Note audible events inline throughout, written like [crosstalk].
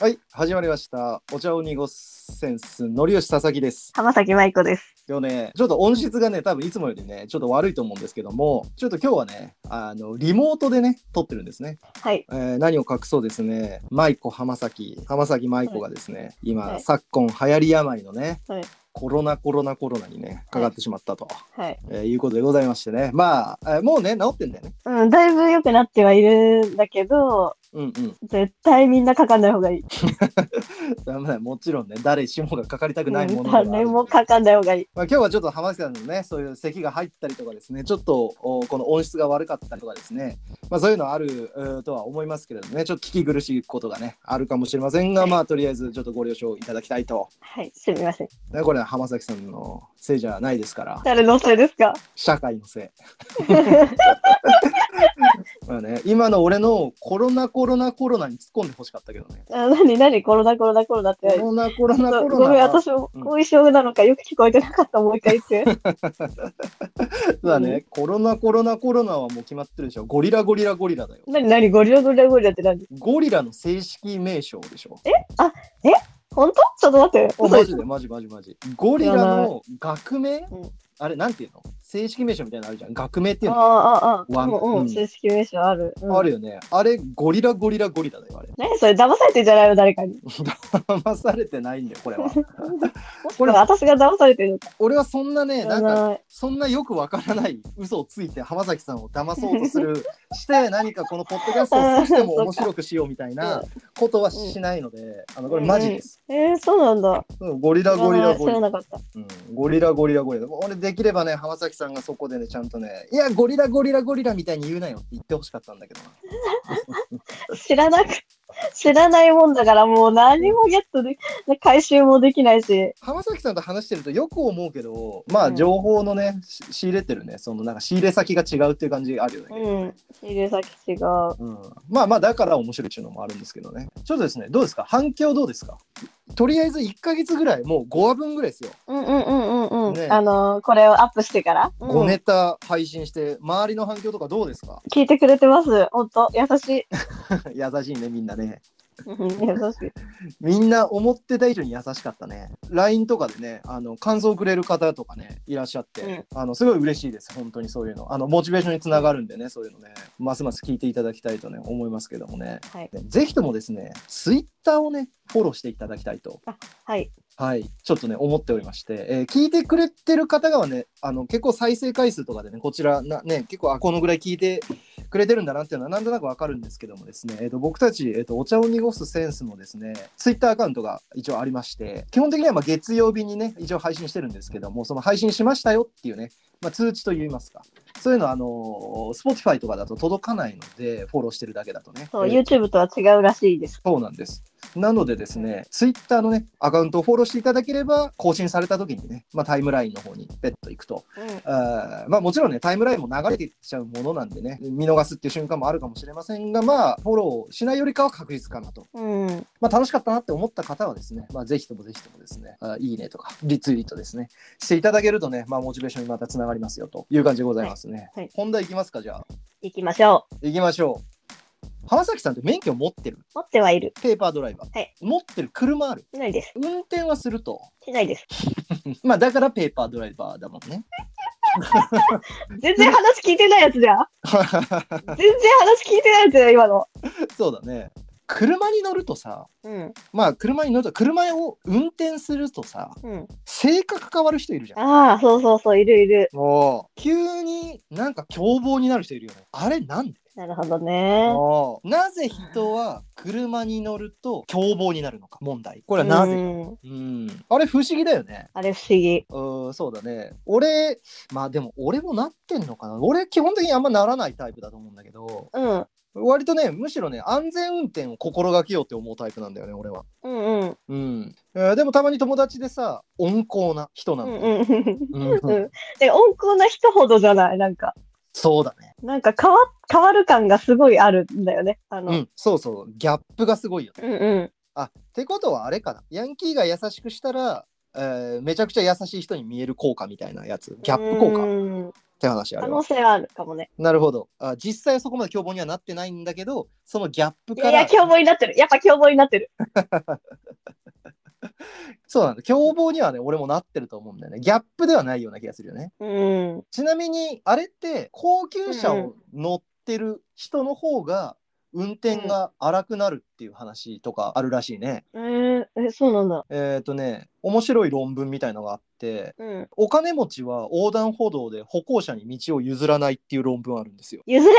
はい、始まりました。お茶を濁すセンス、のりよし佐々木です。浜崎舞子です。でもね、ちょっと音質がね、多分いつもよりね、ちょっと悪いと思うんですけども、ちょっと今日はね、あの、リモートでね、撮ってるんですね。はい。えー何を隠そうですね、舞子浜崎、浜崎舞子がですね、今、はい昨今流行り病のね、はいコロナコロナコロナにね、かかってしまったと、はい。えーいうことでございましてね、まあ、えーもうね、治ってんだよね。うん、だいぶ良くなってはいるんだけど、うんうん。 [laughs] 絶対みんなかかんない方がいい。だめだよもちろんね、誰しもがかかりたくないものうんではある誰もかかんない方がいい。まあ、今日はちょっと浜崎さんのねそういう咳が入ったりとかですねちょっとおこの音質が悪かったりとかですね、まあ、そういうのあるうーとは思いますけれどもねちょっと聞き苦しいことがねあるかもしれませんが、はいまあとりあえずちょっとご了承いただきたいと、はい、すみません。ね、これは浜崎さんのせいじゃないですから誰のせいですか [laughs] 社会のせいまあ、ね、今の俺のコロナコロナコロナに突っ込んでほしかったけどねあ何何コロナコロナコロナっコて。ロナコロナコロナごめん、は私も後遺症なのかよく聞こえてなかった、もう一回言 [laughs] って。そうだね、うんコロナコロナコロナはもう決まってるでしょゴリラゴリラゴリラだよ何何ゴリラゴリラゴリラって何ゴリラの正式名称でしょ。え本当ちょっと待って。マジでマジマジマジ。ゴリラ知の学名、んあれなんていうの正式名称みたいなのあるじゃん。学名っていあうあのあああ、ああ。ワンうんううんん、正式名称ある。うん。るよね。あれゴリラゴリラゴリラだよ、あれ何それ騙されてんじゃないの誰かに。騙され [laughs] てないんだよ、これ [laughs] は。ここれれ、私が騙されてるのか。俺はそんなね、なん知らか、ないそんなよくわからない嘘をついて浜崎さんを騙そうとす [laughs] る、して何かこのポッドキャストを少しでも面白くしようみたいなことはしないので、あの、これマジです。えー、そうなんだ。うんゴリラゴリラゴリ知らラ。なかった。うんゴリラゴリラゴリラ。俺できればね、浜崎さんがそこでね、ちゃんとね、いや、ゴリラゴリラゴリラみたいに言うなよって言ってほしかったんだけどな。知らなく、知らないもんだからもう何もゲットで、回収もできないし。浜崎さんと話してるとよく思うけど、まあ、うん情報のね、し仕入れてるね、そのなんか仕入れ先が違うっていう感じあるよね。うん。仕入れ先違う。うんまあまあ、だから面白いっていうのもあるんですけどね。ちょっとですね、どうですか反響どうですかとりあえず1ヶ月ぐらい、もう5話分ぐらいですよ。うんうんうんうんうん。ねあのーこれをアップしてから。 5うんネタ配信して、周りの反響とかどうですか聞いてくれてます。ほんと、優しい。 [laughs] 優しいね、みんなね。うん優しい。みんな思ってた以上に優しかったね。LINE とかでね、あの感想をくれる方とかね、いらっしゃって、うんあのすごい嬉しいです、本当にそういうの。あのモチベーションにつながるんでね、そういうのね、ますます聞いていただきたいとね、思いますけどもね。はい。ぜひともですね、Twitter をね、フォローしていただきたいと、はい。はい、ちょっとね、思っておりまして、えー聞いてくれてる方がね、あの結構再生回数とかでね、こちらな、ね、結構、あ、このぐらい聞いてくれてるんだなっていうのはなんとなくわかるんですけどもですね、えー、と僕たち、えー、とお茶を濁すセンスのですねツイッターアカウントが一応ありまして基本的にはまあ月曜日にね一応配信してるんですけどもその配信しましたよっていうね、まあ、通知といいますかそういうのはあのー Spotify とかだと届かないのでフォローしてるだけだとね。そう、えー YouTube とは違うらしいです。そうなんです。なのでですね、ツイッターのね、アカウントをフォローしていただければ、更新された時にね、まあ、タイムラインの方にペッと行くとうん。あーまあもちろんね、タイムラインも流れていっちゃうものなんでね、見逃すっていう瞬間もあるかもしれませんが、まあ、フォローしないよりかは確実かなと。うん、まあ、楽しかったなって思った方はですね、まあ、ぜひともぜひともですね、あーいいねとか、リツイートですね、していただけるとね、まあ、モチベーションにまたつながりますよという感じでございますね。はいはい本題いきますか、じゃあ。行きましょいきましょう。浜崎さんって免許持ってるう。持ってはいる。ペーパードライバー。はい持ってる車ある。しないです。運転はすると。しないです。まあ、だからペーパードライバーだもんね。 [laughs] 全然話聞いてないやつじゃん。 [laughs] 全然話聞いてないやつじゃん、今の。そうだね。車に乗るとさ、うん。まあ車に乗ると車を運転するとさうん。性格変わる人いるじゃん。ああ、そうそうそう、いるいる。もう急になんか凶暴になる人いるよね。あれなんでなるほどね。もうなぜ人は車に乗ると凶暴になるのか問題。これはなうぜんうんあれ不思議だよね。あれ不思議。うんそうだね。俺まあでも俺もなってんのかな。俺基本的にあんまならないタイプだと思うんだけどうん。割とねむしろね安全運転を心がけようって思うタイプなんだよね俺は。うんうん。うん、えーでもたまに友達でさ温厚な人なうの、んうん。うんうん。で、温厚な人ほどじゃない。なんか、そうだねなんか変わ、変わる感がすごいあるんだよね。あうの、んそうそうギャップがすごいよねうんうん。あってことはあれかなヤンキーが優しくしたらええーめちゃくちゃ優しい人に見える効果みたいなやつギャップ効果っ果。て話あ可れ能は性はあるかもね。なるほどあ実際はそこまで凶暴にはなってないんだけどそのギャップいかやいや、ら凶暴になってる。やっぱ凶暴になってる。そうなんだ凶暴にはね俺もなってると思うんだよねギャップではないような気がするよねうん。ちなみにあれって高級車を乗ってる人の方が運転が荒くなるっていう話とかあるらしいね。えー、え、そうなんだ。えっ、とね面白い論文みたいのがあってうん。お金持ちは横断歩道で歩行者に道を譲らないっていう論文あるん [laughs] ですよ。譲れ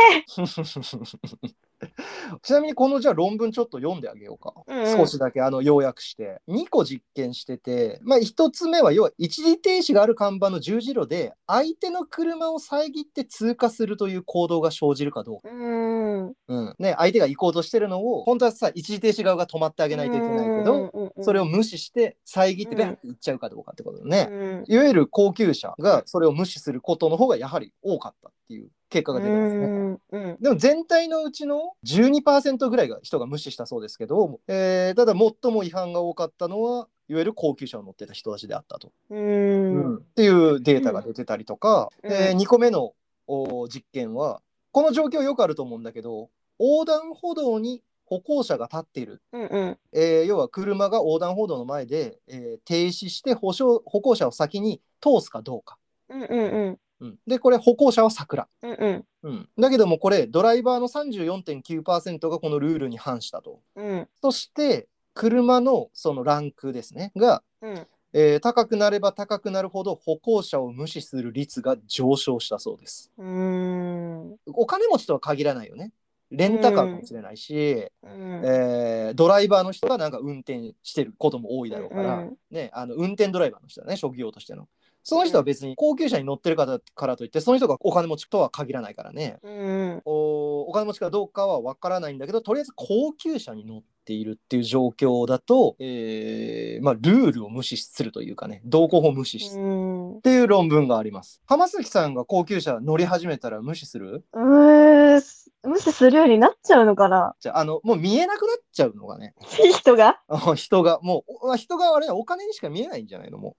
ちなみにこのじゃあ論文ちょっと読んであげようか、うんうん少しだけあの要約して2個実験してて、まあ、1つ目は要は一時停止がある看板の十字路で相手の車を遮って通過するという行動が生じるかどうか、うん。うんね、相手が行こうとしてるのを本当はさ一時停止側が止まってああげないといけないけど、それを無視して遮ってベンって行っちゃうかどうかってことだよね。うん。いわゆる高級車がそれを無視することの方がやはり多かったっていう結果うが出てますね。ん。うん。でも全体のうちの12%ぐらいが人が無視したそうですけど、えーただ最も違反が多かったのはいわゆる高級車を乗ってた人たちであったと、うん。っていうデータが出てたりとか、うんえ2個目のお実験はこの状況よくあると思うんだけど横断歩道に歩行者が立っているうん。えー要は車が横断歩道の前で、えー停止して歩行歩行者を先に通すかどうか、うん。うん。うん、でこれ歩行者は桜、うん。うん。うん、だけどもこれドライバーの34.9%がこのルールに反したとうん。そして車のそのランクですねが、うん。えー高くなれば高くなるほど歩行者を無視する率が上昇したそうですうん。お金持ちとは限らないよねレンタカーかもしれないし、うん。えードライバーの人がなんか運転してることも多いだろうから、うんね、あの運転ドライバーの人だね、職業としての。その人は別に高級車に乗ってる方からといって、その人がお金持ちとは限らないからね。うん。おお金持ちかどうかは分からないんだけど、とりあえず高級車に乗っているっていう状況だと、えーまあ、ルールを無視するというかね、道交法を無視する。うんっていう論文があります。浜崎さんが高級車乗り始めたら無視するうーす無視するようになっちゃうのかなじゃあ、あの、もう見えなくなっちゃうのがね、 [laughs] いい人があの人が、もう、お人があれだお金にしか見えないんじゃないのも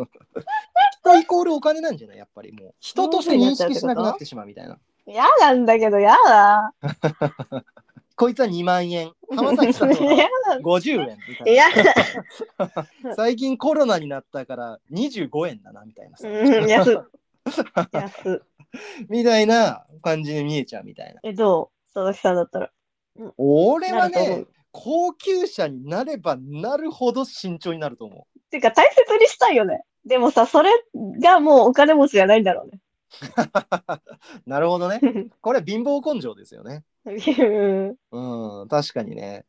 う。 [laughs] 人イコールお金なんじゃないやっぱりもう。人として認識しなくなってしまうみたいな。嫌なんだけど、嫌だ。こいつは2万円。浜崎さんは嫌50円みたい嫌だ。な。最近コロナになったから25円だなみたいなさ。うん、安。安。みたいな感じに見えちゃうみたいな。え、どう佐々木さんだったら。俺はなると思ね、高級車になればなるほど慎重になると思う。てか、大切にしたいよね。でもさ、それがもうお金持ちじゃないんだろうね。 [laughs] なるほ [laughs] どね。これ貧乏根性ですよね。うんうん、確かにね。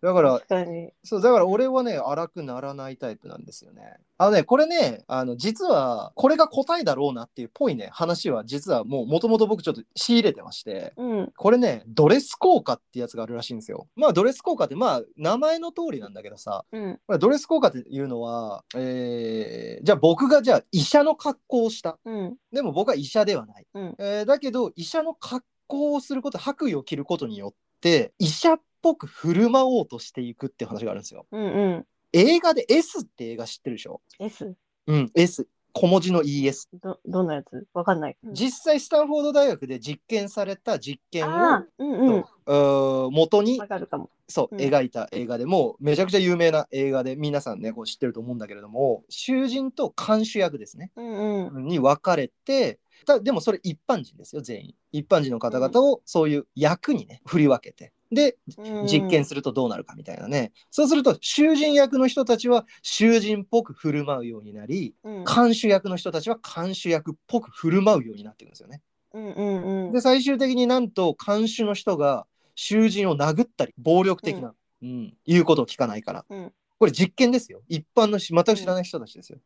だから確、かに。そうだから俺はね荒くならないタイプなんですよね。あのねこれねあの実はこれが答えだろうなっていうぽいね話は実はもうもともと僕ちょっと仕入れてましてうん。これねドレス効果ってやつがあるらしいんですよ。まあドレス効果ってまあ名前の通りなんだけどさうん。まあドレス効果っていうのは、えーじゃあ僕がじゃあ医者の格好をしたうん。でも僕は医者ではない、うんえーだけど医者の格好をすること白衣を着ることによって医者っぽく振る舞おうとしていくっていう話があるんですよ。うん。うん。映画で S って映画知ってるでしょ S? うん、S。小文字の ES。ど、どんなやつわかんない。うん実際、スタンフォード大学で実験された実験をああ、うんうん。そううん元にわかるかも。そう、うん描いた映画でもうめちゃくちゃ有名な映画で皆さんねこう知ってると思うんだけれども囚人と看守役ですねうんうん。に分かれてたでもそれ一般人ですよ全員一般人の方々をそういう役にね振り分けてでうん実験するとどうなるかみたいなね、そうすると囚人役の人たちは囚人っぽく振る舞うようになり、うん監守役の人たちは監守役っぽく振る舞うようになってるんですよね。うんうんうんで最終的になんと監守の人が囚人を殴ったり暴力的な、うん言うことを聞かないから、うんこれ実験ですよ一般のし全く知らない人たちですよ、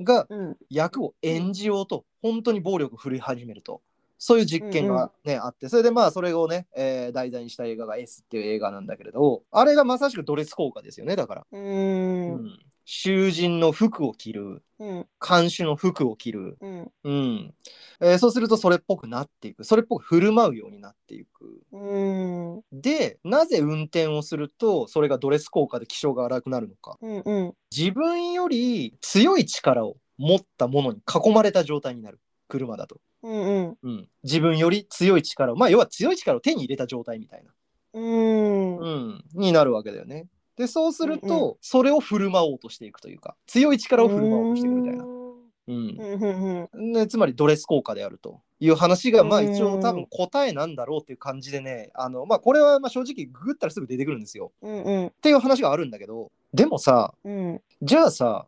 がうん役を演じようと本当に暴力を振り始めると。そういう実験が、ねあってそれでまあそれをね、えー題材にした映画が「S」っていう映画なんだけれどあれがまさしくドレス効果ですよねだから、うんうん囚人の服を着る、うん、看守の服を着る、うん、うんえーそうするとそれっぽくなっていくそれっぽく振る舞うようになっていくうん、でなぜ運転をするとそれがドレス効果で気性が荒くなるのかうん、うん。自分より強い力を持ったものに囲まれた状態になる車だと、うんうん、自分より強い力をまあ要は強い力を手に入れた状態みたいな、うん、うん、うん、になるわけだよねでそうすると、うんそれを振る舞おうとしていくというか強い力を振る舞おうとしていくみたいな、ううん、ん、うん、ね、つまりドレス効果であるという話が、まあ、うん一応多分答えなんだろうっていう感じでねあの、まあ、これはまあ正直ググったらすぐ出てくるんですようん、うん、っていう話があるんだけどでもさうん。じゃあさ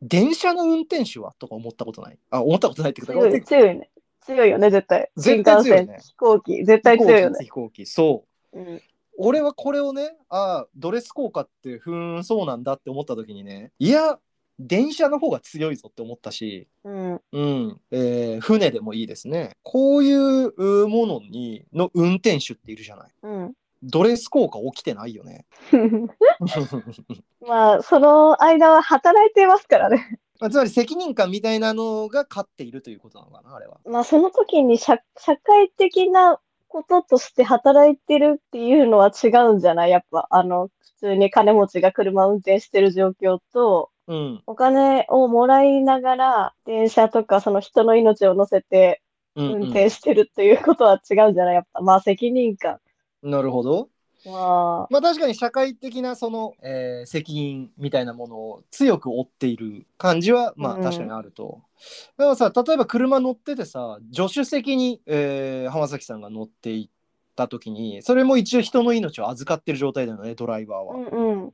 電車の運転手はとか思ったことないあ思ったことないってこと強い、か強いね。強いよね、絶対。絶対強いよね新幹線飛行機、絶対強いよね。飛行機そううん、俺はこれをねああドレス効果ってふーんそうなんだって思った時にねいや電車の方が強いぞって思ったしうん、うんえー船でもいいですねこういううものにの運転手っているじゃないうん。ドレス効果起きてないよ [laughs] ねまあ、その間は働いていますからね。まあつまり責任感みたいなのが勝っているということなのかなあれはまあ、その時に社社会的なこととして働いてるっていうのは違うんじゃないやっぱ、あの、普通に金持ちが車運転してる状況と、うんお金をもらいながら、電車とかその人の命を乗せてうん、運うん、転してるっていうことは違うんじゃないやっぱ、まあ、責任感。なるほどまあ、まあ確かに社会的なその、えー責任みたいなものを強く負っている感じはまあうん確かにあると、でもさ例えば車乗っててさ助手席に、えー浜崎さんが乗っていった時にそれも一応人の命を預かってる状態だよねドライバーうは、んうん、う、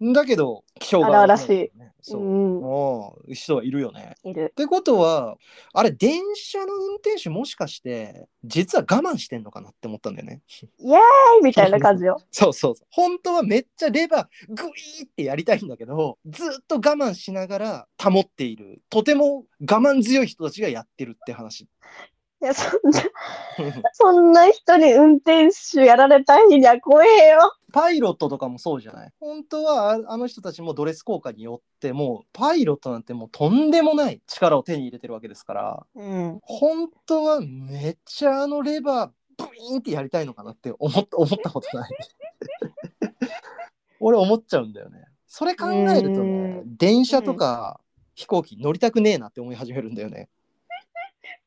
うんんだけど気象荒々しいそう、うん、もう人はいるよね。いるっ。てことはあれ電車の運転手もしかして実は我慢してんのかなって思ったんだよね。はい、みたいな感じよ。そうそうそう本当はめっちゃレバーグイーってやりたいんだけどずっと我慢しながら保っているとても我慢強い人たちがやってるって話。いや、そんな、そんな人に運転手やられた日には怖えよ。パイロットとかもそうじゃない本当はああの人たちもドレス効果によってもうパイロットなんてもうとんでもない力を手に入れてるわけですからうん。本当はめっちゃあのレバーブイーンってやりたいのかなって思っ [laughs] 思ったことない俺思っちゃうんだよねそれ考えるとねう電車とか飛行機乗りたくねえなって思い始めるんだよね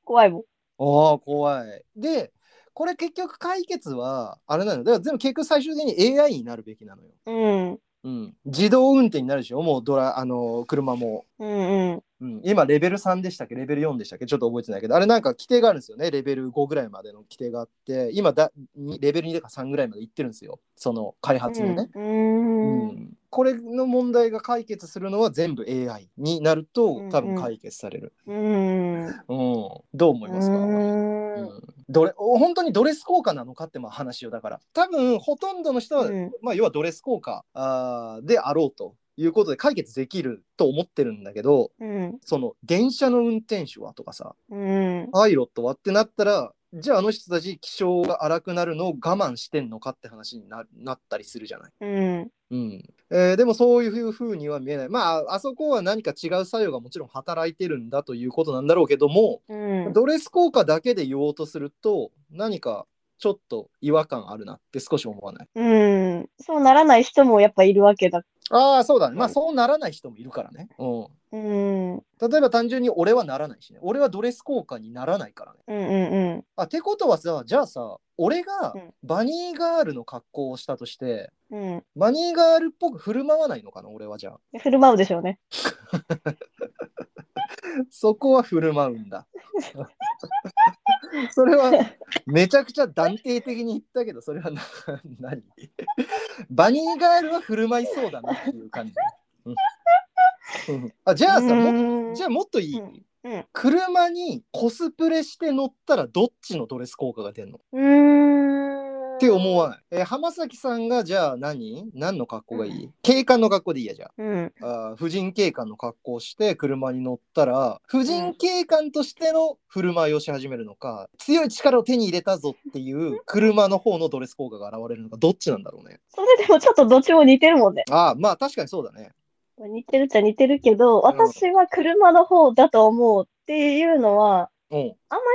怖いもん。ああ怖いでこれ結局解決はあれなのだから全部結局最終的に AI になるべきなのよ、うん。うん、自動運転になるでしょもうドラあの車もうんうん。うん、今レベル3でしたっけレベル4でしたっけちょっと覚えてないけどあれなんか規定があるんですよねレベル5ぐらいまでの規定があって今だにレベル2とか3ぐらいまで行ってるんですよその開発のね、う。うんうん。これの問題が解決するのは全部 AI になるうとん多分解決される、うん。ううんどう思いますか、うんん。どれお本当にドレス効果なのかってまあ話をだから多分ほとんどの人は、うんまあ、要はドレス効果あーであろうということで解決できると思ってるんだけど、うん。その電車の運転手はとかさうん。パイロットはってなったらじゃああの人たち気性が荒くなるのを我慢してんのかって話にななったりするじゃない。うん。うんえーでもそういうふうには見えないまああそこは何か違う作用がもちろん働いてるんだということなんだろうけどもうん。ドレス効果だけで言おうとすると何かちょっと違和感あるなって少し思わないうん。そうならない人もやっぱいるわけだ。ああそうだねまあそうならない人もいるからね、うん、うん。うん例えば単純に俺はならないしね俺はドレス効果にならないからねうんあてことはさじゃあさ俺がうんバニーガールの格好をしたとして、うん。うん。バニーガールっぽく振る舞わないのかな俺はじゃあ [laughs] 振る舞うでしょうね。そこは振る舞うんだ [laughs] それはめちゃくちゃ断定的に言ったけどそれはな何バニーガールは振る舞いそうだなっていう感じ、うんうんあじゃあさももじゃあもっといい、うんうん車にコスプレして乗ったらどっちのドレス効果が出るのうん。って思わない。えー浜崎さんがじゃあ何何の格好がいい、警官の格好でいいやじゃあうん。あー。婦人警官の格好をして車に乗ったら、婦人警官としての振る舞いをし始めるのか、強い力を手に入れたぞっていう車の方のドレス効果が現れるのか、どっちなんだろうね。それでもちょっとどっちも似てるもんね。ああ、まあ確かにそうだね。似てるっちゃ似てるけど、私は車の方だと思うっていうのは、うん。あんま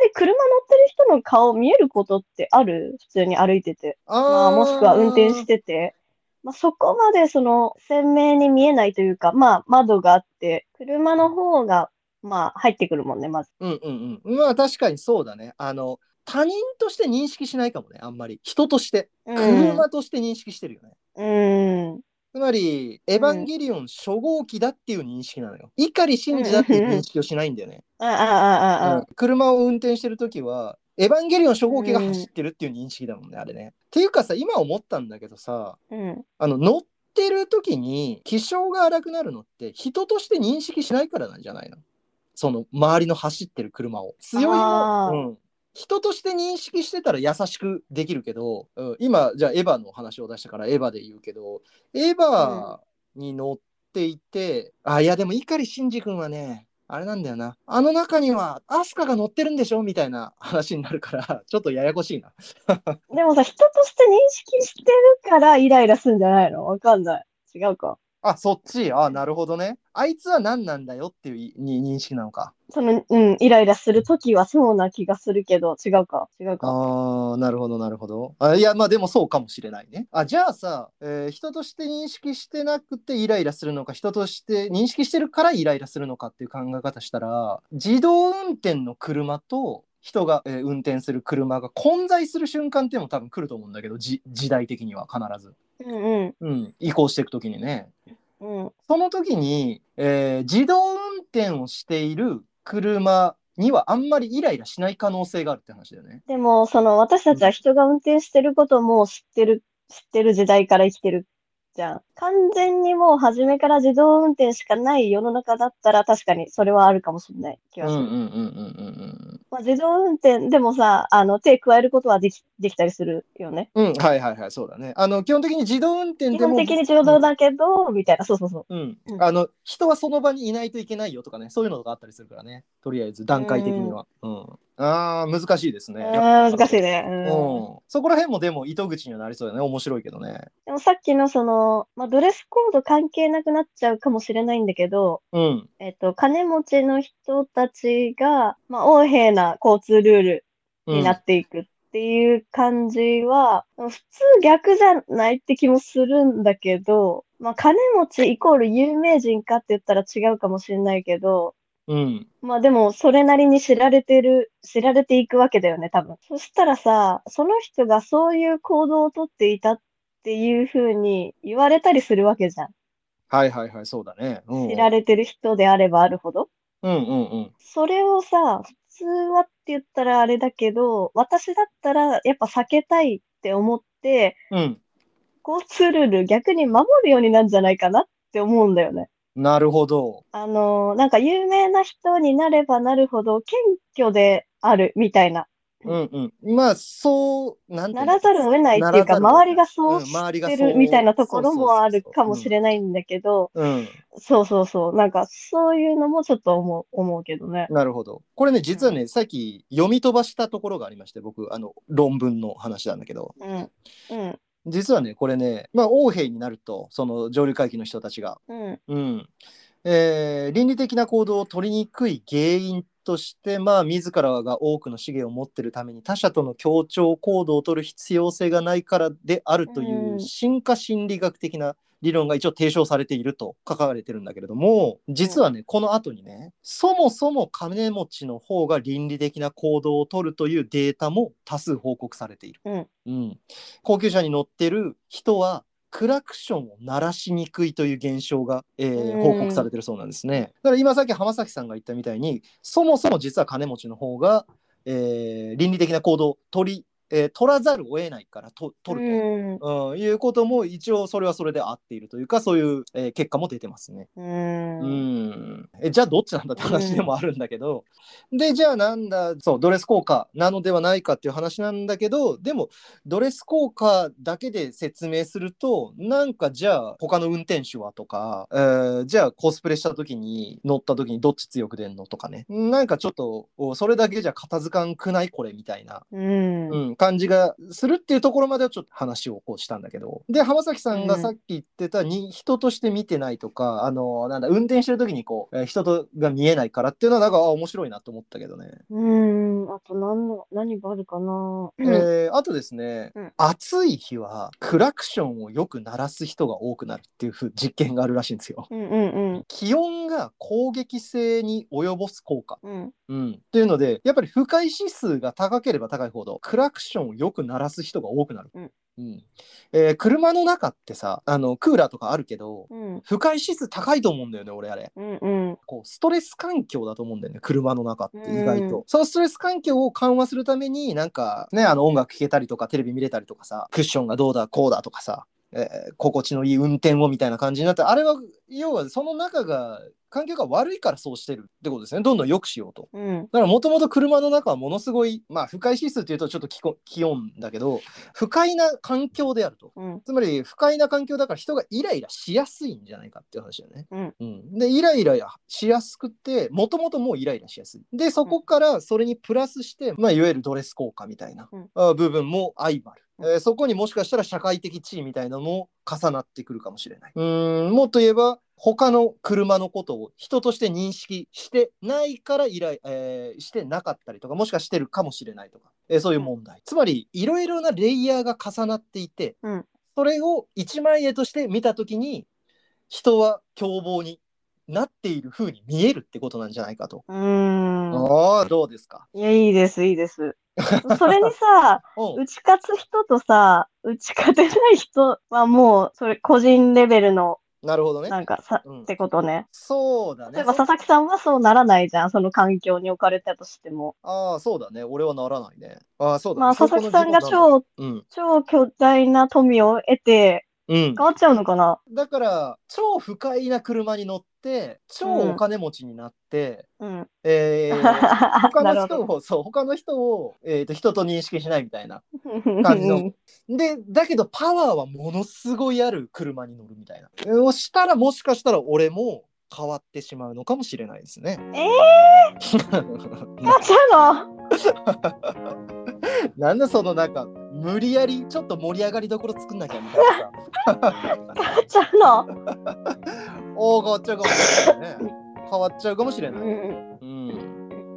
り車乗ってる人の顔見えることってある普通に歩いてて。あまあ、ーもしくは運転し。てて、まあ、そこまでその鮮明に見えないというか、まあ、窓があって、車の方が、まあ、入ってくるもんね、まず。うんうんうん。まあ確かにそうだね。あの、他人として認識しないかもね、あんまり。人として。うん。車として認識してるよね。うん。つまり、エヴァンゲリオン初号機だっていう認識なのよ。碇シンジだっていう認識をしないんだよね。ああ、ああ、あうあん。車を運転してるときは、エヴァンゲリオン初号機が走ってるっていう認識だもんね、あれね。っていうかさ、今思ったんだけどさ、うん。あの、乗ってるときに気性が荒くなるのって、人として認識しないからなんじゃないのその、周りの走ってる車を。強いあの、ーうん、人として認識してたら優しくできるけど、うん、今、じゃあエヴァの話を出したからエヴァで言うけど、エヴァに乗っていて、あ、いやでも碇シンジ君はね、あれなんだよな。あの中にはアスカが乗ってるんでしょみたいな話になるから、ちょっとややこしいな。でもさ、人として認識してるからイライラするんじゃないのわかんない。違うか。あ、そっち。あ、なるほどね。あいつは何なんだよっていういに認識なのか。その、うん、イライラするときはそうな気がするけど、違うか、違うか。ああ、なるほど、なるほど。あいや、まあでもそうかもしれないね。あ、じゃあさ、えー人として認識してなくてイライラするのか、人として認識してるからイライラするのかっていう考え方したら、自動運転の車と人が、えー運転する車が混在する瞬間っていうのも多分来ると思うんだけど、じ時代的には必ず。うん、うん、移行していくときにね。うん、うん。その時に、えー自動運転をしている車にはあんまりイライラしない可能性があるって話だよね。でも、その、私たちは人が運転してることも知ってる、知ってる時代から生きてるじゃん。完全にもう初めから自動運転しかない世の中だったら、確かにそれはあるかもしれない気うんがうすんる。うんうんうんまあ、自動運転でもさ、あの、手加えることはでき、できたりするよね。うん。うん、はいはいはい、そうだね。あの、基本的に自動運転基で本も。的に自動だけど、みたいな、そうそうそう。うんう、んあの人はその場にいないといけないよとかねそういうのがあったりするからねとりあえず段階的には、うんあー難しいですね、うーん難しいね。ううん。ん、そこら辺もでも糸口にはなりそうだね面白いけどねでもさっきのその、まあ、ドレスコード関係なくなっちゃうかもしれないんだけど、うんえっと、金持ちの人たちが、まあ、横柄な交通ルールうんになっていくっていう感じは、普通逆じゃないって気もするんだけど、まあ、金持ちイコール有名人かって言ったら違うかもしれないけど、うんまあでも、それなりに知られてる、知られていくわけだよね、多分。そしたらさ、その人がそういう行動をとっていたっていうふうに言われたりするわけじゃん。はいはいはいそうだね、うん、知られてる人であればあるほど。うんうんうんそれをさ、普通はって言ったらあれだけど、私だったらやっぱ避けたいって思って、うん交通ルール逆に守るようになるんじゃないかなって思うんだよね。なるほどあのーなんか有名な人になればなるほど謙虚であるみたいな。うんうん、まあそうなんていなうのらざるを得ないっていうならざるを得か、ない周りがそううん周りしがてそうるみたいなところもあるそうそうそうそうかもしれないんだけど、うん、そうそうそう、なんかそういうのもちょっと思う思うけどね。なるほどこれね実はね、さっき読み飛ばしたところがありまして僕あの論文の話なんだけどうん、うん、実はねこれねまあ王兵になるとその上流階級の人たちが、うん、うんえー倫理的な行動を取りにくい原因としてまあ自らが多くの資源を持ってるために他者との協調行動を取る必要性がないからであるといううん進化心理学的な理論が一応提唱されていると書かれてるんだけれども実はねこの後にねそもそも金持ちの方が倫理的な行動を取るというデータも多数報告されている。うん、うん、高級車に乗ってる人はクラクションを鳴らしにくいという現象が、えーうん報告されてるそうなんですね。だから今さっき浜崎さんが言ったみたいにそもそも実は金持ちの方が、えー倫理的な行動を取り、えー取らざるを得ないからと取るうん、と、うん、いうことも一応それはそれで合っているというかそういう、えー結果も出てますね。う。うんん、えじゃあどっちなんだって話でもあるんだけど、でじゃあなんだそうドレス効果なのではないかっていう話なんだけどでもドレス効果だけで説明するとなんかじゃあ他の運転手はとか、えーじゃあコスプレした時に乗った時にどっち強く出んのとかねなんかちょっとおそれだけじゃ片付かんくないこれみたいなうん。ううん、ん。感じがするっていうところまではちょっと話をこうしたんだけどで浜崎さんがさっき言ってたに、人として見てないとかあのなんだ運転してる時にこう、えー人とが見えないからっていうのはなんかあ面白いなと思ったけどね、うん。あと何の、何があるかな。えーあとですね、うん暑い日はクラクションをよく鳴らす人が多くなるっていうふう実験があるらしいんですよ。うんうん気温が攻撃性に及ぼす効果、うん。うん。うん、っていうのでやっぱり不快指数が高ければ高いほどクラクションをよく鳴らす人が多くなる、うんえー車の中ってさあのクーラーとかあるけどうん。不快指数高いと思うんだよね俺あれうんうん。こうストレス環境だと思うんだよね車の中って意外と、うんそのストレス環境を緩和するためになんかねあの音楽聴けたりとかテレビ見れたりとかさクッションがどうだこうだとかさ、えー心地のいい運転をみたいな感じになってあれは要はその中が環境が悪いからそうしてるってことですねどんどん良くしようと。うん。だからもともと車の中はものすごい、まあ、不快指数っていうとちょっと気こ気温だけど不快な環境であるとうん。つまり不快な環境だから人がイライラしやすいんじゃないかっていう話だよね。うんでイライラしやすくてもともともうイライラしやすい。でそこからそれにプラスして、まあ、いわゆるドレス効果みたいな、うんあ部分も相まる。えうんーそこにもしかしたら社会的地位みたいなのも重なってくるかもしれない。うーんもっと言えば他の車のことを人として認識してないから依頼、えーしてなかったりとかもしかしてるかもしれないとか、えーそういう問題、つまりいろいろなレイヤーが重なっていて、うんそれを一枚絵として見た時に人は凶暴になっている風に見えるってことなんじゃないかと。うん。ああどうですか、いや、いいです、いいです。それにさ、うん打ち勝つ人とさ、打ち勝てない人はもう、それ個人レベルの、なるほどね。なんかさ、うんってことね。そうだね。例えば佐々木さんはそうならないじゃん、その環境に置かれたとしても。ああそうだね。俺はならないね。ああそうだね。まあ、佐々木さんがそこの自超、己なんだ。超巨大な富を得て、うん。うん変わっちゃうのかなだから超不快な車に乗って超お金持ちになって、うん。えー [laughs] 他なのる人ほをそう他の人を、えー、と人と認識しないみたいなど。感じのでだけどパワーはものすごいある車に乗るみたいなえーをしたらもしかしたら俺も変わってしまうのかもしれないですね。え [laughs] 変わー、っちゃうのなんでそのなんか無理やりちょっと盛り上がりどころ作んなきゃみたいなさ変わっちゃうのおー変わっちゃうかもしれないね変わっちゃうかもしれうない。ん。うん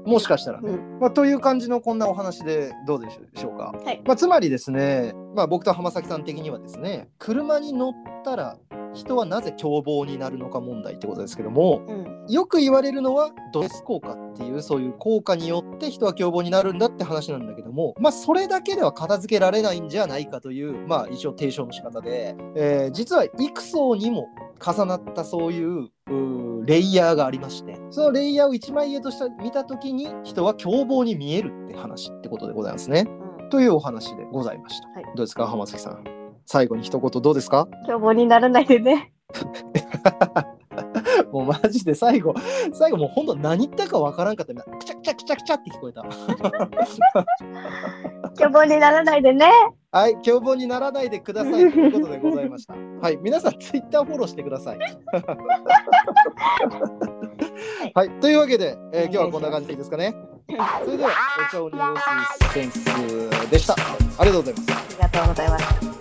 もしかしたらね。うまあ、という感じのこんなお話でどうでしょうか。はいまあ、つまりですね、まあ、僕と浜崎さん的にはですね車に乗ったら人はなぜ凶暴になるのか問題ってことですけどもうん。よく言われるのはドレス効果っていうそういう効果によって人は凶暴になるんだって話なんだけども、まあ、それだけでは片付けられないんじゃないかという、まあ、一応提唱の仕方で、えー実は幾層にも重なったそういううーレイヤーがありましてそのレイヤーを一枚絵とした見た時に人は凶暴に見えるって話ってことでございますね。うんというお話でございました。はいどうですか浜崎さん最後に一言どうですか凶暴にならないで [laughs] ね。もうマジで最後、最後もうほんと何言ったかわからんかった。くちゃくちゃくちゃくちゃって聞こえた。 [laughs] 凶暴にならないでね。はい、凶暴にならないでくださいということでございました。はい、皆さんツイッターフォローしてください。 [laughs] はい、というわけで、えー今日はこんな感じでいいですかね。それでは、お茶を濁すセンスでした。ありがとうございます。ありがとうございます。